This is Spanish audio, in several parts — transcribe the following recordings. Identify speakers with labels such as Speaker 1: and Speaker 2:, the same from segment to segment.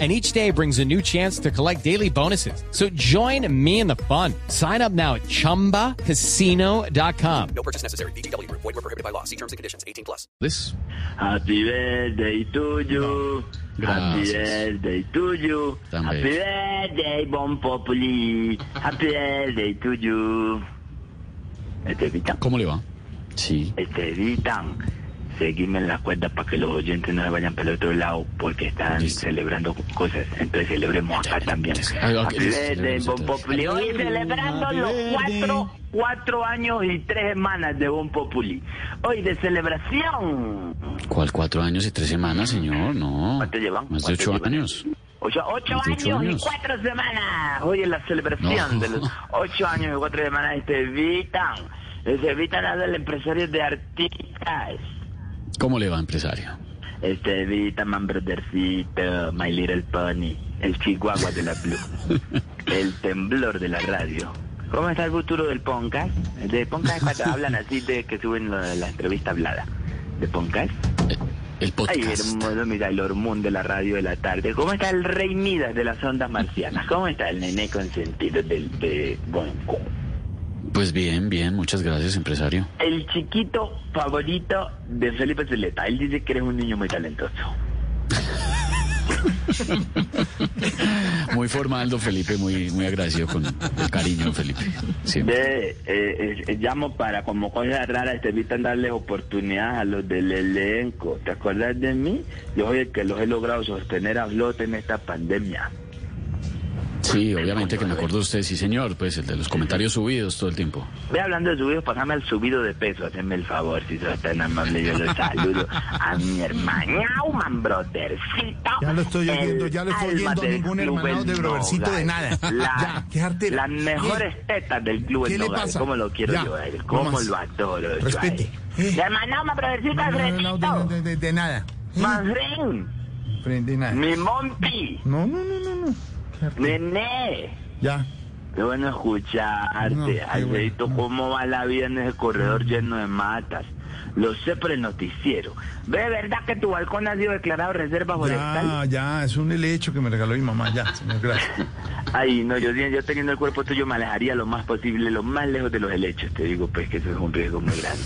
Speaker 1: and each day brings a new chance to collect daily bonuses. So join me in the fun. Sign up now at ChumbaCasino.com.
Speaker 2: No purchase necessary. BGW. Void were prohibited by law. See terms and conditions. 18 plus.
Speaker 3: This?
Speaker 4: Happy birthday to you.
Speaker 3: Ah,
Speaker 4: Happy
Speaker 3: Gracias.
Speaker 4: birthday to you.
Speaker 3: Tan
Speaker 4: Happy
Speaker 3: bello.
Speaker 4: birthday, Bon Populi. Happy birthday to you. Este Estevitan,
Speaker 3: ¿Cómo le va? Sí.
Speaker 4: Estevitan, Este seguime en la cuerda para que los oyentes no se vayan para el otro lado porque están
Speaker 3: Listo.
Speaker 4: celebrando cosas. Entonces celebremos acá también.
Speaker 3: Ah, ok,
Speaker 4: Happy
Speaker 3: listo,
Speaker 4: birthday,
Speaker 3: celebremos
Speaker 4: Bon
Speaker 3: entonces.
Speaker 4: Populi. Hoy celebrando los cuatro, cuatro años y tres semanas de Bon Populi. Hoy de celebración.
Speaker 3: ¿Cuál cuatro años y tres semanas, señor? No.
Speaker 4: ¿Cuánto llevan?
Speaker 3: Más de ocho
Speaker 4: ¿Cuánto llevan?
Speaker 3: años.
Speaker 4: Ocho, ocho
Speaker 3: Más de
Speaker 4: años,
Speaker 3: ocho
Speaker 4: y
Speaker 3: años.
Speaker 4: cuatro semanas. Hoy es la celebración
Speaker 3: No.
Speaker 4: de los ocho años y cuatro semanas. este Se evitan, se evitan a los empresarios de artistas.
Speaker 3: ¿Cómo le va, empresario?
Speaker 4: Este evita Man Brothercito, My Little Pony, el Chihuahua de la Blue, el temblor de la radio. ¿Cómo está el futuro del Poncas? De Poncas cuando hablan así de que suben lo de la entrevista hablada. ¿De Poncas?
Speaker 3: Eh, El
Speaker 4: Ay,
Speaker 3: podcast.
Speaker 4: hermoso, mira, el hormón de la radio de la tarde. ¿Cómo está el rey Midas de las ondas marcianas? ¿Cómo está el nené consentido del de Bonco?
Speaker 3: Pues bien, bien. Muchas gracias, empresario.
Speaker 4: El chiquito favorito de Felipe Zuleta. Él dice que eres un niño muy talentoso.
Speaker 3: Muy formal, don Felipe. Muy, muy agradecido con el cariño, don Felipe. Siempre.
Speaker 4: Ve, eh, eh, eh, llamo para, como cosa rara, te evitan darles oportunidades a los del elenco. ¿Te acuerdas de mí? Yo soy el que los he logrado sostener a flote en esta pandemia.
Speaker 3: Sí, obviamente que me acuerdo de usted, sí, señor. Pues el de los comentarios subidos todo el tiempo.
Speaker 4: Ve hablando de subidos, pasame al subido de peso, hazme el favor, si sos tan amable, yo lo saludo a mi hermanao, man brothercito.
Speaker 5: Ya lo estoy oyendo,
Speaker 4: el
Speaker 5: ya lo estoy
Speaker 4: alma
Speaker 5: oyendo a
Speaker 4: del
Speaker 5: ningún
Speaker 4: Club
Speaker 5: hermanao
Speaker 4: El
Speaker 5: de brothercito de
Speaker 4: Nogal.
Speaker 5: nada.
Speaker 4: La-
Speaker 5: Ya, qué jartera.
Speaker 4: Las mejores tetas del club
Speaker 5: ¿Qué
Speaker 4: El
Speaker 5: le
Speaker 4: Nogal,
Speaker 5: pasa?
Speaker 4: cómo lo quiero
Speaker 5: Ya,
Speaker 4: yo a él,
Speaker 5: no
Speaker 4: cómo
Speaker 5: más.
Speaker 4: lo adoro yo a
Speaker 5: Respete.
Speaker 4: él.
Speaker 5: Eh.
Speaker 4: Mi hermanao, man brothercito,
Speaker 5: No, no, no, no,
Speaker 4: Alfredito,
Speaker 5: de, de- de nada.
Speaker 4: Manfred,
Speaker 5: Prende nada.
Speaker 4: mi Monty,
Speaker 5: No, no, no, no, no. Qué jartera.
Speaker 4: Nené.
Speaker 5: Ya.
Speaker 4: Qué bueno escucharte,
Speaker 5: No, qué
Speaker 4: Alfredito,
Speaker 5: bueno.
Speaker 4: cómo va la vida en ese corredor lleno de matas. Lo sé por el noticiero. ¿Ve verdad que tu balcón ha sido declarado reserva forestal?
Speaker 5: Ya, ya, es un helecho que me regaló mi mamá, ya, señor, gracias.
Speaker 4: Ay, no, yo, yo teniendo el cuerpo tuyo me alejaría lo más posible, lo más lejos de los helechos. Te digo, pues, que eso es un riesgo muy grande.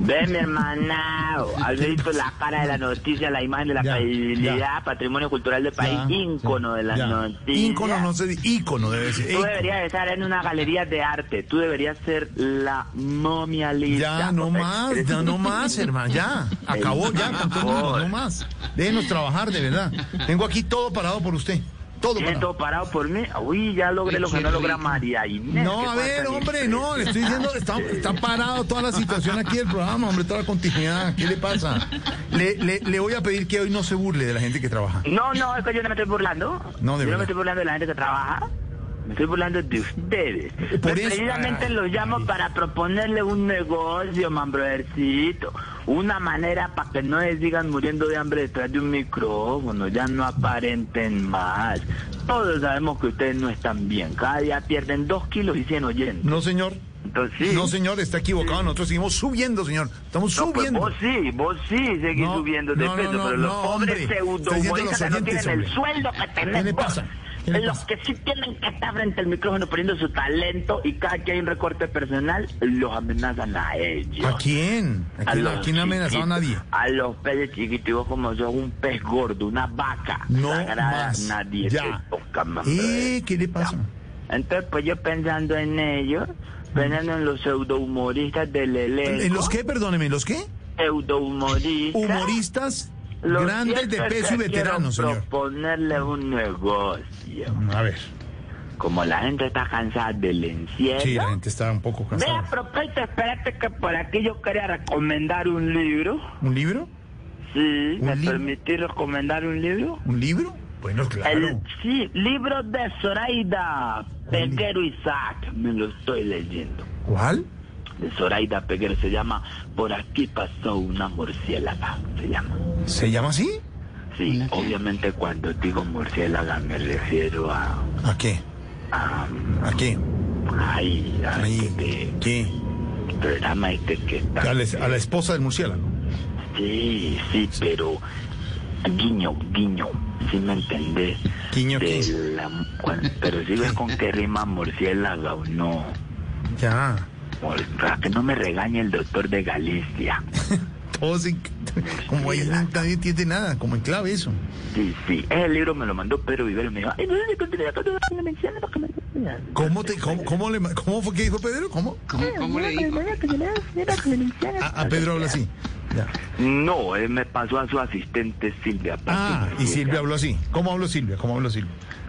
Speaker 4: Ve, mi hermanao, Alfredito, la cara de la noticia, la imagen de la
Speaker 5: Ya,
Speaker 4: credibilidad,
Speaker 5: ya.
Speaker 4: patrimonio cultural del país,
Speaker 5: Ya,
Speaker 4: ícono de las
Speaker 5: ya.
Speaker 4: noticias.
Speaker 5: Ícono no se dice, ícono debe ser.
Speaker 4: Tú
Speaker 5: ícono.
Speaker 4: deberías estar en una galería de arte. Tú deberías ser la momia lista.
Speaker 5: Ya, no
Speaker 4: O sea,
Speaker 5: más,
Speaker 4: eres
Speaker 5: ya
Speaker 4: un-
Speaker 5: no más, hermano, ya. Acabó ya con todo el mundo, no más. Déjenos trabajar, de verdad. Tengo aquí todo parado por usted. Todo
Speaker 4: ¿Tienes
Speaker 5: parado.
Speaker 4: todo parado por mí? Uy, ya logré lo que no logra María Inés.
Speaker 5: No,
Speaker 4: Qué
Speaker 5: a
Speaker 4: cosa
Speaker 5: ver,
Speaker 4: tan
Speaker 5: hombre, no, le estoy diciendo, está, está parado toda la situación aquí del programa, hombre, toda la continuidad. ¿Qué le pasa? Le, le, le voy a pedir que hoy no se burle de la gente que trabaja.
Speaker 4: No, no, es que yo no me estoy burlando.
Speaker 5: No, de
Speaker 4: yo no
Speaker 5: verdad.
Speaker 4: me estoy burlando de la gente que trabaja. Me estoy burlando de ustedes.
Speaker 5: Por
Speaker 4: Pues
Speaker 5: eso-
Speaker 4: precisamente
Speaker 5: Ay,
Speaker 4: los llamo
Speaker 5: ay.
Speaker 4: para proponerle un negocio, mambroercito. Una manera para que no les sigan muriendo de hambre detrás de un micrófono. Ya no aparenten más. Todos sabemos que ustedes no están bien. Cada día pierden dos kilos y 100 oyentes.
Speaker 5: No, señor.
Speaker 4: Entonces, sí.
Speaker 5: No, señor, está equivocado. Nosotros seguimos subiendo, señor. Estamos
Speaker 4: No, pues
Speaker 5: subiendo.
Speaker 4: vos sí, vos sí seguís
Speaker 5: No,
Speaker 4: subiendo de
Speaker 5: no, no,
Speaker 4: peso,
Speaker 5: no,
Speaker 4: pero los
Speaker 5: no,
Speaker 4: pobres
Speaker 5: hombre.
Speaker 4: pseudo
Speaker 5: Está diciendo los
Speaker 4: humoristas no
Speaker 5: oyentes,
Speaker 4: tienen el
Speaker 5: hombre.
Speaker 4: sueldo que tenés
Speaker 5: ¿Qué le
Speaker 4: vos.
Speaker 5: pasa? ¿Qué le
Speaker 4: los
Speaker 5: pasa?
Speaker 4: que sí tienen que estar frente al micrófono poniendo su talento y cada que hay un recorte personal, los amenazan a ellos.
Speaker 5: ¿A quién? ¿A quién,
Speaker 4: los
Speaker 5: a quién ha amenazado a
Speaker 4: chiquitos,
Speaker 5: nadie?
Speaker 4: A los peces chiquitos, y vos como sos un pez gordo, una vaca
Speaker 5: No
Speaker 4: sagrada,
Speaker 5: más.
Speaker 4: nadie
Speaker 5: Ya.
Speaker 4: te toca más.
Speaker 5: Eh, ¿qué le pasa?
Speaker 4: Entonces, pues yo pensando en ellos, pensando en los pseudo humoristas del elenco.
Speaker 5: ¿En los qué? Perdóneme, ¿en los qué?
Speaker 4: pseudohumoristas.
Speaker 5: Humoristas
Speaker 4: Lo
Speaker 5: grandes de
Speaker 4: cierto es
Speaker 5: peso
Speaker 4: que
Speaker 5: y veteranos,
Speaker 4: quiero
Speaker 5: señor.
Speaker 4: Proponerle un negocio.
Speaker 5: A ver.
Speaker 4: Como la gente está cansada del encierro.
Speaker 5: Sí, la gente está un poco
Speaker 4: Ve
Speaker 5: cansada.
Speaker 4: a propósito, espérate que por aquí yo quería recomendar un libro.
Speaker 5: ¿Un libro?
Speaker 4: Sí,
Speaker 5: ¿Un
Speaker 4: ¿me
Speaker 5: libro?
Speaker 4: permití recomendar un libro?
Speaker 5: ¿Un libro? Bueno,
Speaker 4: El,
Speaker 5: claro.
Speaker 4: sí, libro de Zoraida
Speaker 5: ¿Cuál libro?
Speaker 4: Peguero Isaac. Me lo estoy leyendo.
Speaker 5: ¿Cuál?
Speaker 4: de Zoraida Peguer. Se llama Por aquí pasó una murciélaga. Se llama.
Speaker 5: ¿Se llama así?
Speaker 4: Sí, obviamente cuando digo murciélaga me refiero a.
Speaker 5: ¿A qué?
Speaker 4: a
Speaker 5: ¿A qué?
Speaker 4: ay, a
Speaker 5: Ahí.
Speaker 4: este
Speaker 5: ¿Qué?
Speaker 4: programa este que está.
Speaker 5: A la, a la esposa del murciélago.
Speaker 4: Sí, sí, pero guiño, guiño, si me entendés.
Speaker 5: Guiño,
Speaker 4: De
Speaker 5: ¿qué?
Speaker 4: la- cuan- pero si ves con qué rima murciélaga o no.
Speaker 5: Ya.
Speaker 4: Mor- Para que no me regañe el doctor de Galicia.
Speaker 5: Todo sin- Como ahí nadie entiende nada, como en clave eso.
Speaker 4: Sí, sí, ese libro me lo mandó Pedro Vivero y me dijo, ay, no le conté la cosa, no me menciona lo que me
Speaker 5: ¿Cómo, te, cómo, cómo, le, ma- ¿Cómo fue que dijo Pedro? ¿Cómo?
Speaker 6: ¿Cómo le dijo?
Speaker 5: A, a Pedro habla así. Ya.
Speaker 4: No, él me pasó a su asistente Silvia.
Speaker 5: Ah,
Speaker 4: Patiño.
Speaker 5: y Silvia habló así. ¿Cómo habló Silvia? ¿Cómo habló Silvia?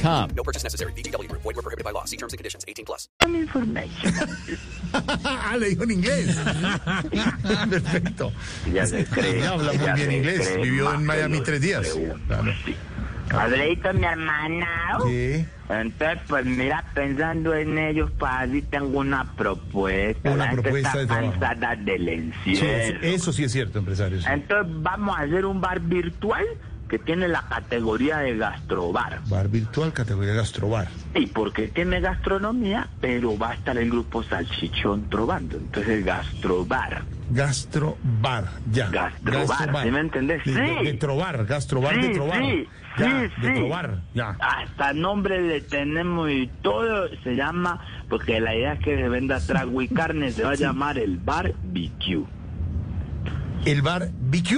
Speaker 2: No purchase necessary. VGW Group. Void were prohibited by law. See terms and conditions. 18 plus.
Speaker 4: some information.
Speaker 5: Ah, le dijo en inglés. Perfecto.
Speaker 4: Ya se cree.
Speaker 5: Ella habla muy
Speaker 4: ya
Speaker 5: bien
Speaker 4: se
Speaker 5: inglés.
Speaker 4: cree
Speaker 5: Vivió
Speaker 4: más
Speaker 5: en Miami
Speaker 4: que los
Speaker 5: tres días.
Speaker 4: de uno,
Speaker 5: Claro.
Speaker 4: sí. Hablé con mi hermana. ¿o?
Speaker 5: Sí.
Speaker 4: Entonces, pues mira, pensando en ellos, para así tengo una propuesta.
Speaker 5: Una
Speaker 4: La gente
Speaker 5: propuesta de
Speaker 4: está
Speaker 5: trabajo.
Speaker 4: cansada del
Speaker 5: Sí,
Speaker 4: encierro.
Speaker 5: eso sí es cierto, empresario. sí.
Speaker 4: Entonces, vamos a hacer un bar virtual que tiene la categoría de gastrobar.
Speaker 5: Bar virtual, categoría gastrobar.
Speaker 4: Y porque tiene gastronomía, pero va a estar el grupo Salchichón probando. Entonces, el gastrobar.
Speaker 5: Gastrobar, ya.
Speaker 4: Gastrobar, ¿sí me entendés?
Speaker 5: De,
Speaker 4: Sí.
Speaker 5: de trobar, gastrobar de
Speaker 4: Sí,
Speaker 5: trobar.
Speaker 4: sí,
Speaker 5: ya,
Speaker 4: sí, Ah.
Speaker 5: de
Speaker 4: sí.
Speaker 5: trobar, ya.
Speaker 4: Hasta nombre le tenemos y todo se llama, porque la idea es que se venda trago y carne, se va a llamar el Bar BQ.
Speaker 5: El bar BQ.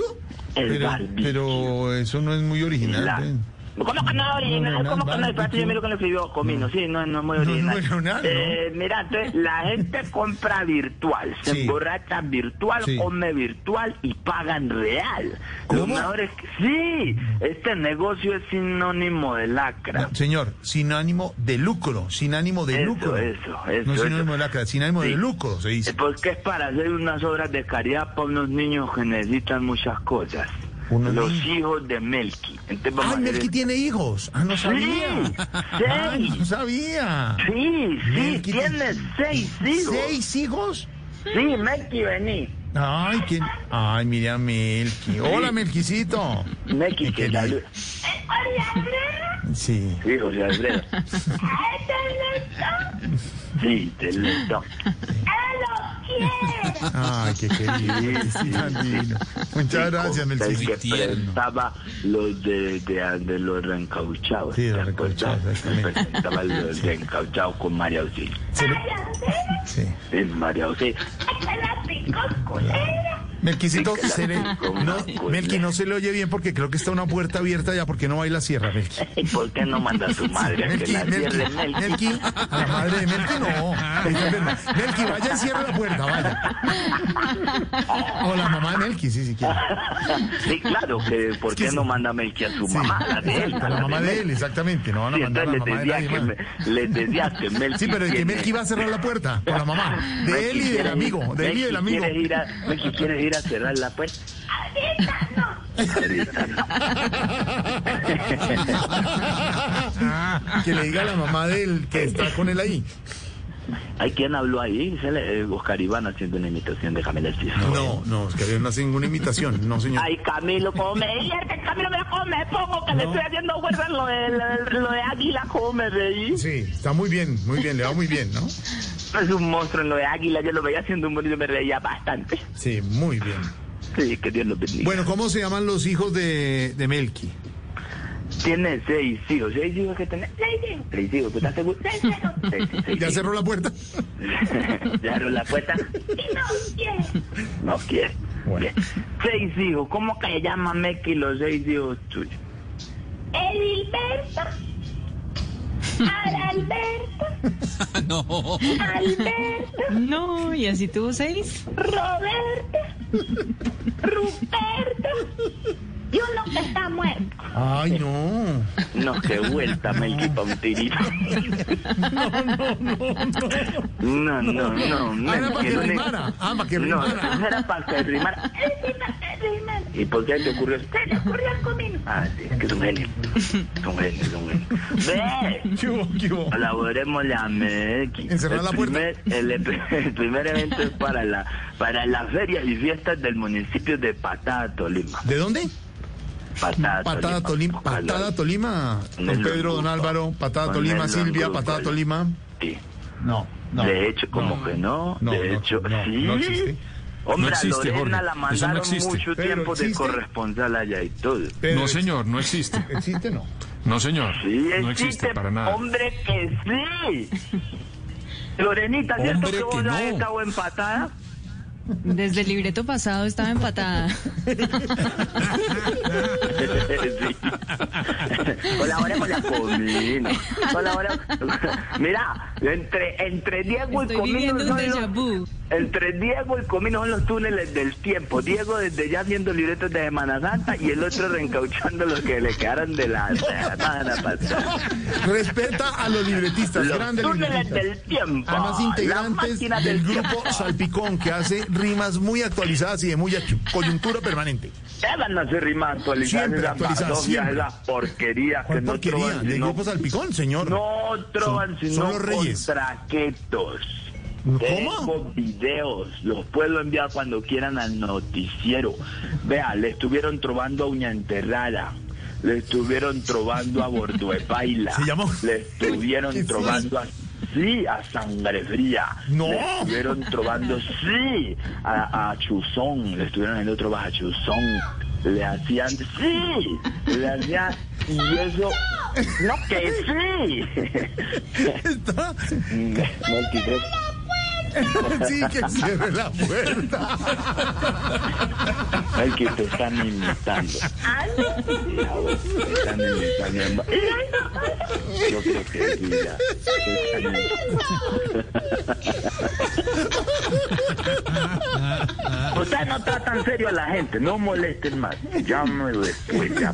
Speaker 4: El
Speaker 5: pero,
Speaker 4: bar BQ.
Speaker 5: pero eso no es muy original.
Speaker 4: La-
Speaker 5: ¿eh?
Speaker 4: ¿Cómo que no es
Speaker 5: No,
Speaker 4: original?
Speaker 5: no,
Speaker 4: ¿Cómo
Speaker 5: no,
Speaker 4: que no? Espérate,
Speaker 5: BQ.
Speaker 4: yo miro que lo escribió Comino. Sí, no, no es muy
Speaker 5: No, no
Speaker 4: original.
Speaker 5: es original, ¿no?
Speaker 4: Eh, mira, entonces la gente compra virtual, se
Speaker 5: Sí.
Speaker 4: emborracha virtual,
Speaker 5: Sí.
Speaker 4: come virtual y pagan real. Lo
Speaker 5: ¿Cómo?
Speaker 4: mejor es que- sí, este negocio es sinónimo de lacra.
Speaker 5: No, señor, sin ánimo de lucro, sin ánimo de
Speaker 4: Eso,
Speaker 5: lucro.
Speaker 4: eso, eso,
Speaker 5: No
Speaker 4: eso.
Speaker 5: sin ánimo de lacra, sin ánimo de
Speaker 4: Sí.
Speaker 5: lucro, se dice.
Speaker 4: Eh, Porque es para hacer unas obras de caridad para unos niños que necesitan muchas cosas.
Speaker 5: Unos
Speaker 4: Los
Speaker 5: niños.
Speaker 4: hijos de Melqui. Entonces vamos
Speaker 5: Ah,
Speaker 4: a hacer-
Speaker 5: Melqui tiene hijos. Ah, no
Speaker 4: Sí,
Speaker 5: sabía. Ah,
Speaker 4: seis.
Speaker 5: no sabía.
Speaker 4: Sí, sí,
Speaker 5: Melqui
Speaker 4: tiene seis hijos.
Speaker 5: ¿Seis hijos?
Speaker 4: Sí, Melqui, vení.
Speaker 5: Ay, quién. Ay, mira a Melqui. Hola, Melquisito.
Speaker 4: Melqui,
Speaker 5: Qué
Speaker 4: que salud.
Speaker 5: Sí.
Speaker 4: Sí, José Alfredo. Sí, te lo
Speaker 5: Ay, qué querido. Melquisito, divino. Muchas gracias,
Speaker 4: El que
Speaker 5: Melquisito.
Speaker 4: presentaba los de, de, de los reencauchados.
Speaker 5: Sí, los
Speaker 4: ¿te acuerdas?
Speaker 5: reencauchados, exactamente.
Speaker 4: Presentaba los reencauchados con María Auxilio.
Speaker 5: Se lo- Sí.
Speaker 4: Sí, María Auxilio.
Speaker 5: Melquisito,
Speaker 4: Pica la
Speaker 5: se le-
Speaker 4: pica,
Speaker 5: no,
Speaker 4: una
Speaker 5: Melqui,
Speaker 4: cola.
Speaker 5: no se le oye bien porque creo que está una puerta abierta ya porque no baila sierra, Melqui.
Speaker 4: ¿Y por qué no manda a su madre a que
Speaker 5: Melqui,
Speaker 4: la
Speaker 5: Melqui,
Speaker 4: cierre Melqui? Ah.
Speaker 5: Melqui, a la madre de Melqui no. Está enferma. Melqui, vaya y cierra la puerta, vaya. O la mamá de Melqui, sí, si quiere.
Speaker 4: Sí, claro, que ¿por qué
Speaker 5: sí.
Speaker 4: no manda Melqui a su
Speaker 5: Sí,
Speaker 4: mamá? A la de él.
Speaker 5: exacto,
Speaker 4: a
Speaker 5: la mamá de él,
Speaker 4: Melqui.
Speaker 5: exactamente. No van a
Speaker 4: Sí,
Speaker 5: mandar a la
Speaker 4: entonces
Speaker 5: mamá
Speaker 4: les
Speaker 5: de nadie
Speaker 4: decía, que,
Speaker 5: más.
Speaker 4: me- les decía que Melqui.
Speaker 5: Sí, pero el que
Speaker 4: tiene-
Speaker 5: Melqui va a cerrar la puerta con la mamá.
Speaker 4: Melqui
Speaker 5: De él y del
Speaker 4: quiere ir-
Speaker 5: amigo. De él y del
Speaker 4: Melqui
Speaker 5: amigo.
Speaker 4: quiere ir a- Melqui quiere ir a cerrar la puerta. Ahorita no.
Speaker 5: Que le diga a la mamá de él que está con él ahí.
Speaker 4: ¿Hay quien habló ahí? Sale, eh, Oscar Iván haciendo una imitación de Camila Cis.
Speaker 5: No, no, es que no hace ninguna imitación. No, señor.
Speaker 4: Ay, Camilo, como me divierte, Camilo, mira cómo me pongo, que le estoy haciendo vueltas lo de, lo de Águila, cómo me reí.
Speaker 5: Sí, está muy bien, muy bien, le va muy bien, ¿no?
Speaker 4: Es un monstruo en lo de Águila, yo lo veía haciendo un bonito, me reía bastante.
Speaker 5: Sí, muy bien.
Speaker 4: Sí, que Dios los bendiga.
Speaker 5: Bueno, ¿cómo se llaman los hijos de, de Melqui?
Speaker 4: tiene seis hijos, seis hijos que tiene. Seis hijos. Seis hijos, ¿tú estás seguro? Seis hijos. Seis, seis, seis
Speaker 5: ¿Ya
Speaker 4: hijos.
Speaker 5: cerró la puerta?
Speaker 4: Cerró la puerta. Y no quiere. No quiere.
Speaker 5: Bueno.
Speaker 4: Bien. Seis hijos, ¿cómo que se llama Meki los seis hijos tuyos?
Speaker 7: Edilberto,
Speaker 6: Al- Alberto,
Speaker 7: no.
Speaker 6: Alberto,
Speaker 8: No, y así tuvo seis.
Speaker 6: Roberto, Ruperto y uno que está muerto.
Speaker 5: Ay, no.
Speaker 4: No, qué vuelta, Melqui, pa' un tirito. No, no, no, no.
Speaker 5: Ah, era para que
Speaker 4: Melqui,
Speaker 5: rimara. Ah, para que
Speaker 4: No,
Speaker 5: rimara.
Speaker 4: eso era para que rimara. ¿Y por qué te ocurrió eso?
Speaker 6: Se le ocurrió el comino.
Speaker 4: Ah, sí, es que es un genio. Es un genio, es un genio. ¡Ve!
Speaker 5: ¿Qué hubo, qué hubo?
Speaker 4: Colaboremos la Melqui.
Speaker 5: Encerrar
Speaker 4: El
Speaker 5: la puerta.
Speaker 4: primer- el, el primer evento es para la para las ferias y fiestas del municipio de Patada, Tolima.
Speaker 5: ¿De dónde?
Speaker 4: Patada,
Speaker 5: Patada Tolima, Patada Tolima,
Speaker 4: Con
Speaker 5: Don
Speaker 4: el
Speaker 5: Pedro, Don
Speaker 4: grupo.
Speaker 5: Álvaro, Patada
Speaker 4: Con
Speaker 5: Tolima,
Speaker 4: el
Speaker 5: Silvia,
Speaker 4: grupo.
Speaker 5: Patada Tolima.
Speaker 4: Sí.
Speaker 5: No,
Speaker 4: de hecho, como que no.
Speaker 5: no,
Speaker 4: de
Speaker 5: no,
Speaker 4: hecho,
Speaker 5: no,
Speaker 4: sí.
Speaker 5: no existe.
Speaker 4: Hombre,
Speaker 9: No existe,
Speaker 4: a Lorena
Speaker 9: Jorge.
Speaker 4: la
Speaker 9: Eso no
Speaker 4: mandaron
Speaker 9: existe.
Speaker 4: mucho
Speaker 5: Pero
Speaker 4: tiempo de
Speaker 5: existe.
Speaker 4: corresponsal allá y todo.
Speaker 9: No, señor, no existe.
Speaker 5: ¿Existe no?
Speaker 9: No, señor.
Speaker 4: Sí,
Speaker 9: No existe para nada.
Speaker 4: Hombre, que sí. Lorenita, ¿cierto
Speaker 9: Hombre,
Speaker 4: que vos
Speaker 9: que
Speaker 4: has
Speaker 9: no.
Speaker 4: estado empatada?
Speaker 8: Desde el libreto pasado estaba empatada.
Speaker 4: sí. Colaboremos la comino. Colabora- Mira, entre, entre Diego y
Speaker 8: Estoy
Speaker 4: Comino
Speaker 8: viviendo un
Speaker 4: son los-
Speaker 8: déjà vu.
Speaker 4: Entre Diego y Comino son los túneles del tiempo. Diego desde ya haciendo libretos de Semana Santa y el otro reencauchando los que le quedaron de la semana pasada.
Speaker 5: Respeta a los libretistas,
Speaker 4: Los
Speaker 5: grandes
Speaker 4: túneles
Speaker 5: libretistas.
Speaker 4: del tiempo.
Speaker 5: Además,
Speaker 4: La
Speaker 5: integrantes
Speaker 4: máquina
Speaker 5: del
Speaker 4: tiempo.
Speaker 5: grupo Salpicón, que hace rimas muy actualizadas y de muy acu- coyuntura permanente.
Speaker 4: Háganos rimas actualizadas,
Speaker 5: Siempre
Speaker 4: esas
Speaker 5: actualizadas,
Speaker 4: parodias,
Speaker 5: siempre.
Speaker 4: esas porquerías que
Speaker 5: ¿Cuál
Speaker 4: no
Speaker 5: porquería?
Speaker 4: trovan
Speaker 5: ¿Del
Speaker 4: sino-
Speaker 5: grupo Salpicón, señor?
Speaker 4: No trovan
Speaker 5: Son-
Speaker 4: sino
Speaker 5: son los reyes.
Speaker 4: contraquetos.
Speaker 5: ¿Cómo?
Speaker 4: Tengo videos, los puedo enviar cuando quieran al noticiero. Vea, le estuvieron trovando a Uña Enterrada, le estuvieron trovando a Borduepaila,
Speaker 5: ¿Se llamó?
Speaker 4: le estuvieron
Speaker 5: ¿Qué
Speaker 4: trovando a... Sí, a Sangre Fría.
Speaker 5: No.
Speaker 4: Le estuvieron trovando, sí, a, a Chuzón, le estuvieron haciendo trovas a Chuzón. Le hacían, sí, le hacían, y eso, no que sí.
Speaker 5: Está-
Speaker 4: Melqui, ¿crees?
Speaker 5: sí, que cierre la puerta.
Speaker 4: Melqui, te están imitando. Te están imitando. Yo creo que sí, ya. Te están imitando. Ustedes no tratan serio a la gente, no molesten más. Llámame después, ya.